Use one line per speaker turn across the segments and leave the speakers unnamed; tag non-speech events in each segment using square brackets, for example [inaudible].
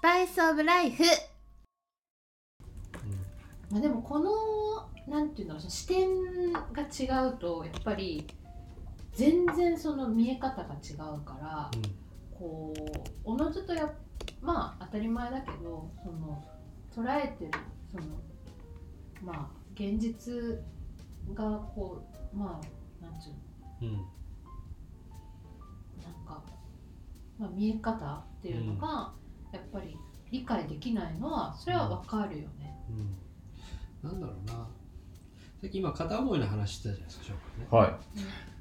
パイスオブライフ
まあ、でもこのなんていうんだろうその視点が違うとやっぱり全然その見え方が違うからこうおのずとやっまあ当たり前だけどその捉えてるそのまあ現実がこうまあなんていう
うんうん
のなんか、まあ、見え方っていうのがやっぱり理解できないのはそれはわかるよね。
うんなんだろうなさっき今片思いの話してたじゃないですか翔くんね
は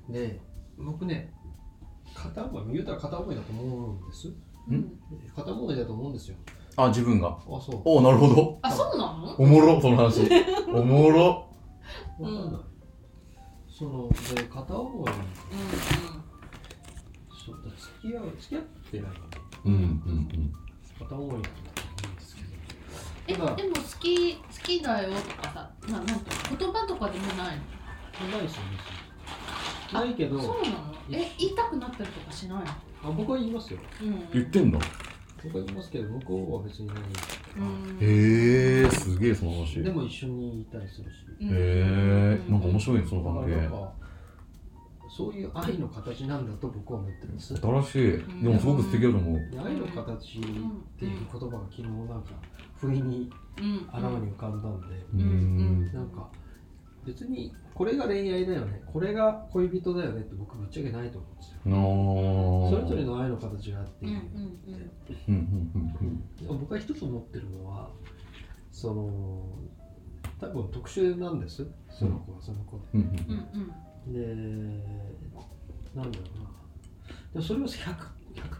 で僕ね片思い言うたら片思いだと思うんです
うん
片思いだと思うんですよ
い。あ、自分が
あ。そ
おお、なるほど。
あそうなの
おもろ、その [laughs] 話。おもろ。
う
う
わ
ん
かんない、そので片思いそ
うん
うだ付き合う付き合ってないのね
うんうん
片思いなんだと思うんです
え
け
で
ど
も
ただ
好き好きだよとかさななんか言葉とかでもない
ないですよねないけど
のそうなのえ言いたくなったりとかしないの
あ僕は言いますよ
うん
言ってんだ。
僕は言いますけど向こうは別にない
うん
へえ、すげえ、その話。
で
へ
も一緒にいたりするし
え、なんか面
い
白いね、その関
な
係
ん。かそういう愛の形なんだと僕は思ってますで
新しい。でもすごく素敵だと思う。
愛の形っていう言葉が昨日なんか不意に
うん
頭に浮かんだんで、
うーん。
なんか別にこれが恋愛だよねこれが恋人だよねって僕ぶっちゃけないと思うんですよ
なあ。
それぞれの愛の形があって、
うんうん
うんうんうんうん。
でも僕が一つ思ってるのはその多分特殊なんですその子はその子で
うん
う
うんん
で、なんだろうな。でもそれを 100%,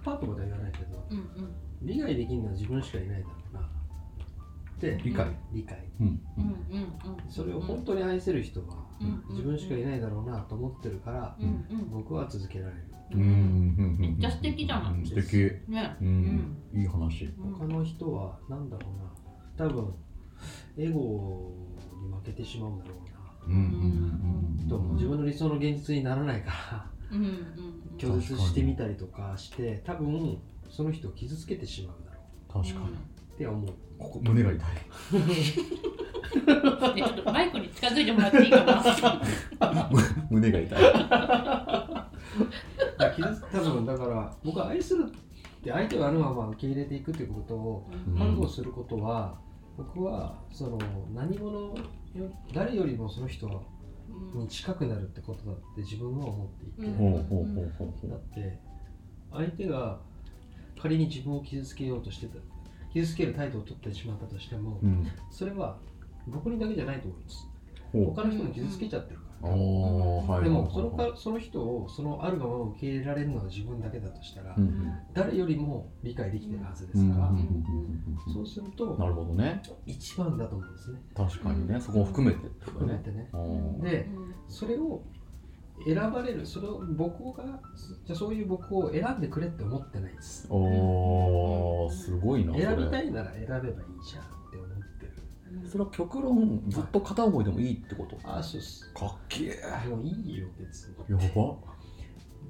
100%とまでは言わないけど、
うんうん
理解できるのは自分しかいないだろうな。で、
理解。
理解。
うんう
うん
ん。
うんうんうん
それを本当に愛せる人は
うん、
自分しかいないだろうなと思ってるから、
うんうん
僕は続けられる。
うんうんうん。
めっちゃ素敵じゃない
うん素敵。
ね
うん。いい話。
うん
他の人は、なんだろうな。多分、エゴに負けてしまうだろうな。
うんうんうん。
と
うん
思う自分の理想の現実にならないから。
[laughs] うんうん
拒絶してみたりとかして多分その人を傷つけてしまうだろ
確かに。
うって思う
ここ胸が痛い。
にちょっとマイクに近づいてもらっていいかな
胸が痛い。
だから傷つ多分だから僕は愛するって相手をあるまま受け入れていくっていうことを
うん
覚悟することは、僕はその何者よ誰よりもその人に近くなるってことだって自分は思っていて、
うん
ほうほうほうほう
だ
ほ
って相手が仮に自分を傷つけようとしてた傷つける態度を取ってしまったとしても、
う。うん。
それは僕にだけじゃないと思います
ほ
他の人も傷つけちゃってるから、
う。ああ、はい。
でもそのかその人をそのあるがまま受け入れられるのは自分だけだとしたら、
うん
誰よりも理解できてるはずで
う
す
ん。
から、
な
そうすると
るほどね。
一番だと思うんですね
確かにね、そこも含めてってこと
含め
ね。
てね
あ
うん
ー
でそれを選ばれるそれを僕がじゃあそういう僕を選んでくれって思ってないです
おー、すごいな。それ
選びたいなら選べばいいじゃんって思ってる
うん
それは極論、ずっと片思いでもいいってこと。
ああそうっす
かっけえ。や
もういいよ別に
ば。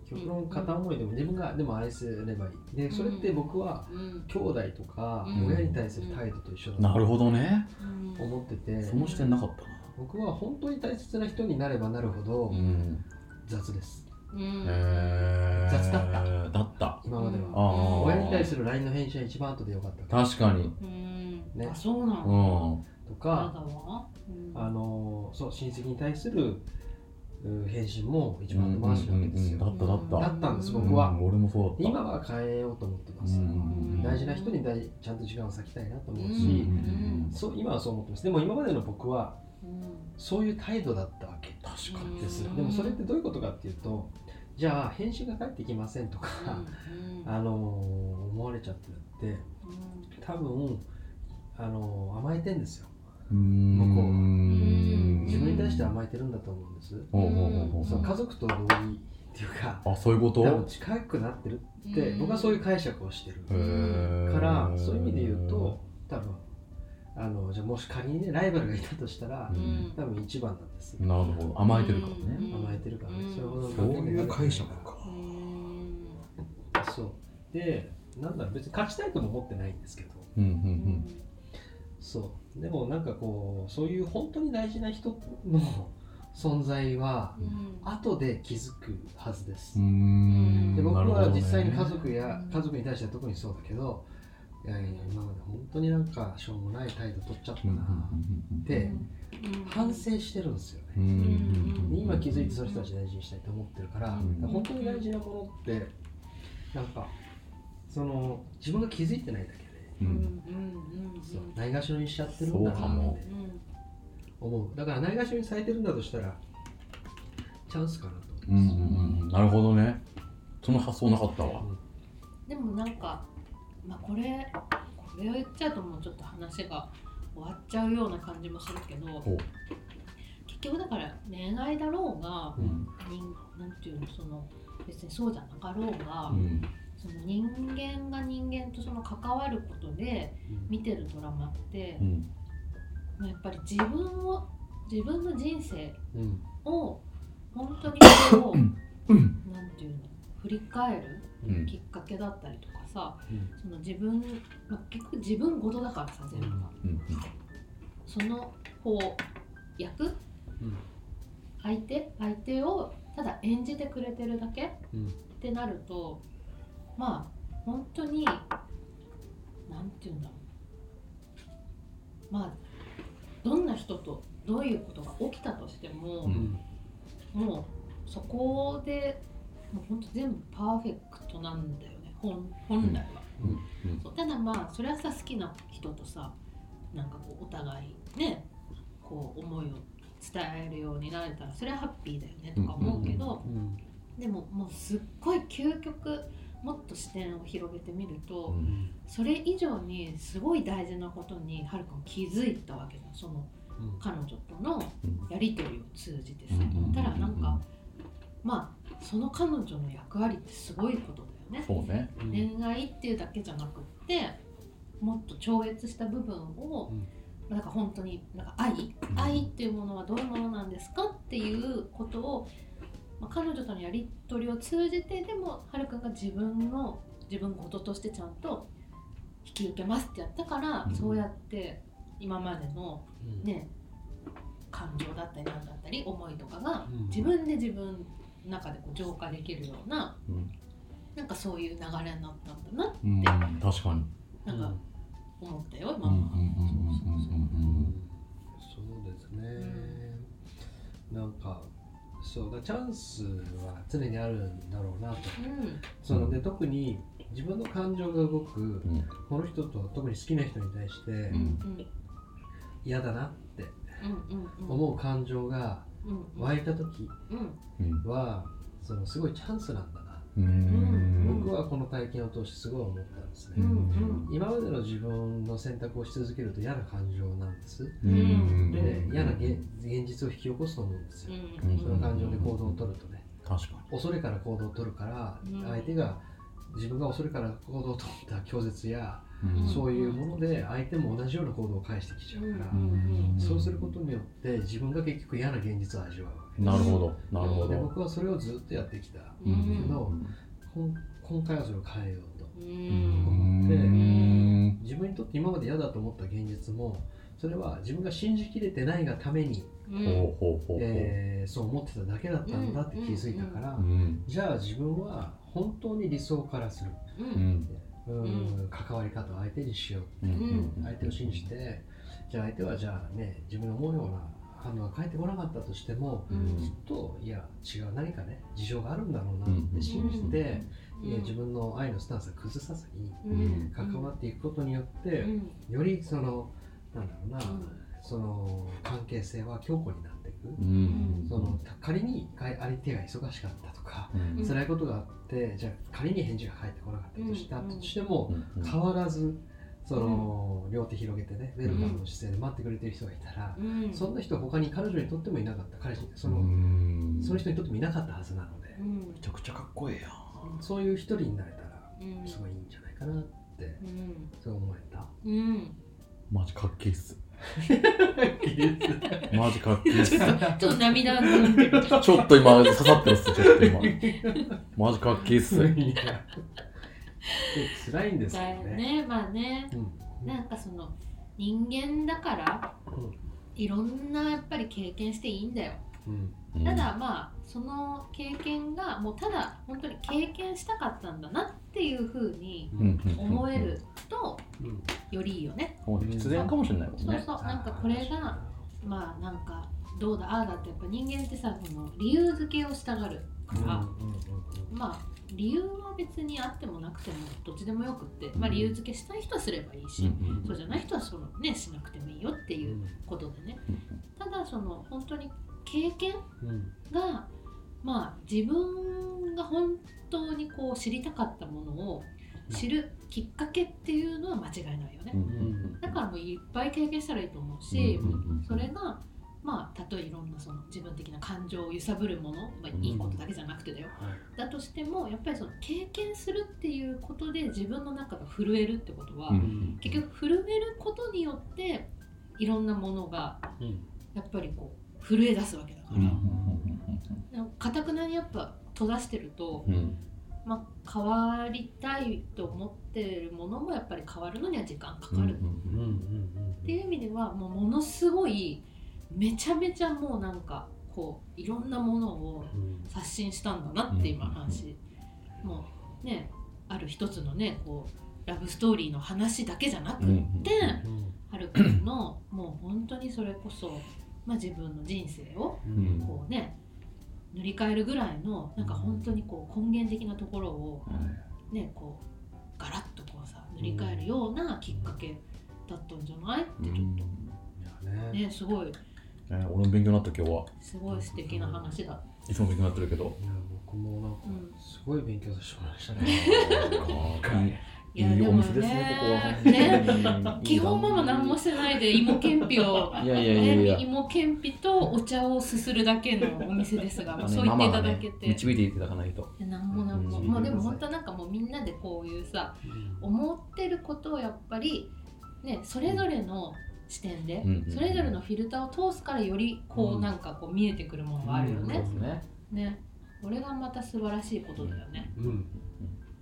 極論片思いでも自分がでも愛せればいいでそれって僕は
うん
兄弟とか
うん
親に対する態度と一緒だ
なる
と
ほどね。
うん
思ってて
その視点なかったな。
僕は本当に大切な人になればなるほど
ん。
雑です
うん
えー。
雑だった
だった。
今まで
うん
は
ああ。
親に対する LINE の返信は一番後でよかった
確かに。
うん
ね
あそうな
う
の
ん。
と
や
か
だわうん
あのーそう親戚に対するうん返信も一番後回しなわけです
うんうん
よ
うんだっただった
だったんです
うん
僕は
うん俺もそうだった。
今は変えようと思ってます
うんうんうん
大事な人に大ちゃんと時間を割きたいなと思う
うん
し
うんうん
そう今はそう思ってますでも今までの僕は
うん
そういう態度だったわけ
確か
うん
ですでもそれってどういうことかっていうとじゃあ返信が返ってきませんとか、[laughs]
うん
あのー思われちゃってるって
うん
多分、あのー甘えてんですよ
に。向
こうは
うん
自分に対して
は。
甘えてるんだと思うんです、
ほうほうほうほう
そううん家族と同意っていうか
あ、そういうこ
多分
と
近くなってるって、
うん
僕はそういう解釈をしてる、
へー
からそういう意味で言うと多分あのじゃあもし仮にねライバルがいたとしたら
う、
ん
多分一番なんです、
なるほど。甘えてるから
うん
ね。
甘えてるからね、
うん
それほど
そういう解釈か。
うん
そうでなんだろう別に勝ちたいとも思ってないんですけど
うんう
うん
そうでもなんかこうそういう本当に大事な人の存在は
うん
後で気づくはずです、
うんうん
で僕
なるほ
は
どね
実際に家族や、
うん
家族に対しては特にそうだけどいやいや今まで本当になんかしょうもない態度取っちゃった
うんうん
なっ
う
て
んうん
反省してるんですよ
う
ね、
ん
うん
今気づいてその人たち大事にしたいと思ってるから、
うん
本当に大事なものってなんかその自分が気づいてないだけで、
う
うんうんう
ん
んうん
そうないがしろにしちゃってるんだ
そう
な
かも
って思うだからないがしろにされてるんだとしたらチャンスかなと
うんうんうんなるほどねその発想なかったわ
思う、
でもなんか、まあ、これこれを言っちゃうともうちょっと話が終わっちゃうような感じもするけど
ほう
結局だから恋愛だろうが
うん
人なんていうのその別にそうじゃなかろうが、
うん
その人間が人間とその関わることで
うん
見てるドラマって
う、ん
まあやっぱり自分を自分の人生
うん
を本当にそれを
うん
なんていうの振り返る
うん
きっかけだったりとかさ、
うん
その自分、まあ、結局自分ごとだからさ全部が、
うん
そのこう役
うん
相手相手をただ演じてくれてるだけ、
うん
ってなるとまあ本当になんて言うんだろうまあどんな人とどういうことが起きたとしても、
うん
もうそこでもう本当全部パーフェクトなんだよね本本来は、
うん
うん
そうただまあそれはさ好きな人とさなんかこうお互いねこう思いを伝えるようになれたらそれはハッピーだよねとか思うけど、
うん
でももうすっごい究極もっと視点を広げてみると、
うん
それ以上にすごい大事なことにはるかも気づいたわけじゃんその
うん
彼女とのやり取りを通じてさ、
うん
たらなんかまあその彼女の役割ってすごいことだよね。
そうね
うん
恋愛っていうだけじゃなくってもっと超越した部分を、なんか本当になんか愛、
ん
愛っていうものはどういうものなんですかっていうことを、まあ、彼女とのやり取りを通じてでもはるくんが自分の自分事としてちゃんと引き受けますってやったから、
うん
そうやって今までの
うん
ね感情だったりなんだったり思いとかが
うん
自分で自分の中でこう浄化できるような、
うん
なんかそういう流れになったんだな
うん確かに
なんか思ったよ、
う
今
んうん
は
うんうんうん
う
うん
んそうですね、なんかそうだからチャンスは常にあるんだろうなと
うん
そので特に自分の感情が動く、
ん
この人と特に好きな人に対して
う
うんん
嫌だなって
うんうん
思う感情が
うんうん
湧いた時
うん
うん
はそのすごいチャンスなんだな、
うん
僕はこの体験を通してすごい思ったんですね、
うんうん
今までの自分の選択をし続けると嫌な感情なんです
うん
で嫌な現現実を引き起こすと思うんですよ、
うん
その感情で行動を取るとね
確か
恐れから行動を取るから、
うん
相手が自分が恐れから行動を取った拒絶や
に
うん
そういうもので相手も同じような行動を返してきちゃうから、
うんうん
そうすることによって自分が結局嫌な現実を味わうわけ
なるほどなるほ
で
ど
僕はそれをずっとやってきた
うん
けど、こん今回はそれを変えようと
うん
うん
自分にとって今まで嫌だと思った現実もそれは自分が信じきれてないがために、
うん
ほうほうほうほう
えーそう思ってただけだったんだって気づいたから、
うん
じゃあ自分は本当に理想からする、
う
うんん
うん関わり方を相手にしよう
うん
相手を信じてじゃあ相手はじゃあね自分の思うような反応が返ってこなかったとしても
う
きっ
ん
といや違う何かね事情があるんだろうなって信じて、いや自分の愛のスタンスを崩さずに
うん
関わっていくことによって、
うん
よりそのなんだろうな、
ん
その関係性は強固になっていく、
うん
その仮に相手が忙しかったとか、
うん
辛いことがあってじゃあ仮に返事が返ってこなかったとした
うん
としても、変わらずその、両手広げてねウェルカムの姿勢で待ってくれてる人がいたら、
うん
そんな人他に彼女にとってもいなかった彼氏その、
うん
その人にとってもいなかったはずなので、
うん
めちゃくちゃかっこええや
そういう一人になれたら
うん
すごいいいんじゃないかなって
うん
そう思え
[laughs]
た。
うん
マジかっけえっす
い
マジかっけえっす
ちょっと涙ぐんでる
ちょっと今刺さってるっすちょっと今マジかっけえっす
や [laughs] 辛いんですよ
だよ
ね。
ねまあね
うん
なんかその人間だから
うん
いろんなやっぱり経験していいんだよ
うん
うん
ただまあその経験がもうただ本当に経験したかったんだなっていうふうに
うんうんうん
思えると
うん
よりいいよね
もう必然かもしれないもん
そう
ね
そうなんかこれがまあなんかどうだああだってやっぱ人間ってさその理由付けをしたがるから、
うんうん
まあ理由は別にあってもなくてもどっちでもよくって、まあ、理由付けしたい人はすればいいし、
うんうん
そうじゃない人はそのねしなくてもいいよって
うん
いうことでねただその本当に経験
うんうん
がまあ自分が本当にこう知りたかったものを知るきっかけっていうのは間違いないよね、
うんうん
だからもういっぱい経験したらいいと思うし、それがまあたとえいろんなその自分的な感情を揺さぶるもの、まあ、いいことだけじゃなくてだよ、
はい
だとしてもやっぱりその経験するっていうことで自分の中が震えるってことは、
うん
結局震えることによっていろんなものが
うん
やっぱりこう震え出すわけだか
うんうん
らなんかかたくなにやっぱ閉ざしてると、
うんうん
まあ、変わりたいと思ってるものもやっぱり変わるのには時間かかる
う
うんうん
ん
うん
っていう意味ではもうものすごいめちゃめちゃもうなんかこういろんなものを
うん
刷新したんだなって今話、もうねある一つのねこうラブストーリーの話だけじゃなく
う
っ
んう
て、
ん
うん
はるくんのもう本当にそれこそ、まあ、自分の人生を
うん
こうね塗り替えるぐらいのなんか本当にこう根源的なところをねこうガラッとこうさ塗り替えるようなきっかけだったんじゃないってちょっと
いやね
ねすごい
ね俺も勉強になった今日は
すごい素敵な話だ。
いつも勉強になってるけど
いや僕もなんか
うん
すごい勉強させてもらいましたね。
い
いやで
いお
も
店ですね
ね
[laughs] ここ
ね
は
基本ママ何もしてないで芋けんぴを
いやいやいやいや
ね芋けんぴとお茶をすするだけのお店ですが、まあそう言っていただけて、
導いていただかないと
いやなんもなんも、
うん
まあでも本当なんかもうみんなでこういうさ思ってることをやっぱりねそれぞれの視点で、
うん
それぞれのフィルターを通すからよりこ
う
うんなんかこう見えてくるものがあるよ
そうで
ね、
すね
ねこれがまた素晴らしいことだよね、
うん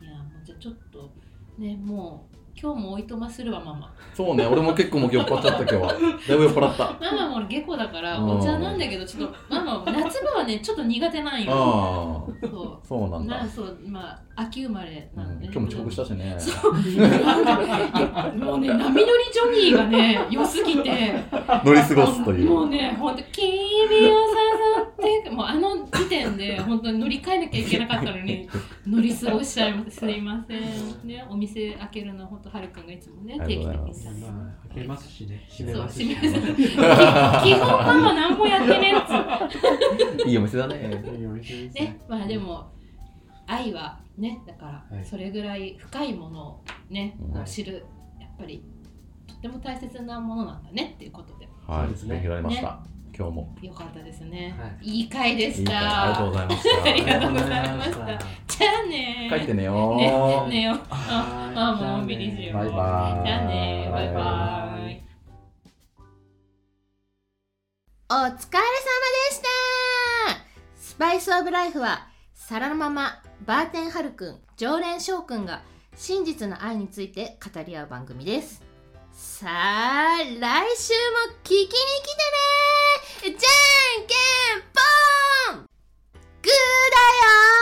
いやもうじゃあちょっとねもう今日もおいとまするわマ
[laughs]
マ
そうね俺も結構もう酔っ払っちゃった今日はだいぶ酔っ払ったあ
ママも俺下戸だから
うん
お茶なんだけどちょっとママは夏場はねちょっと苦手なんよ
あ
そ
そうな
うん
だ
なそうまあ秋生まれ
う
なんので、
今日も遅刻したしね
もうね、波乗りジョニーがね、良すぎて、
乗り過ごすとい
もう
う
ね、本当、君を誘って、もうあの時点で、本当に乗り換えなきゃいけなかったのに、乗り過ごしちゃいます。すいません。ね、お店開けるの、本当、はるくんがいつもね、
あ
定
り
期
が
的
とうご
に
ざ
さ。
まあ開けますしね。
そ
閉
う
めますし
閉め
ね。
ます基本ママ何もやってねえっつ
[laughs] いいお店だね
いいお店です
うね。まあでも愛はねだか
は
ら
い
それぐらい深いものをね、
はい
知るやっぱりとっても大切なものなんだねっていうことで
そ
は
うで
い
すね
勉強になりました今日も
よかったですね。、
はい
い回で
い
し
い回ありがと
た。
うございました
ありがとうございました
ありがとうございまし
じゃあね
帰ってねよ
ねねよ。
た
ああもうのんびりしよう。
バイバイ
じゃあねバイバイ。
お疲れ様でしたスパイスオブライフは皿のままバーテンハルくん常連翔くんが真実の愛について語り合う番組ですさあ来週も聞きに来てねじゃんけんぽんグーだよ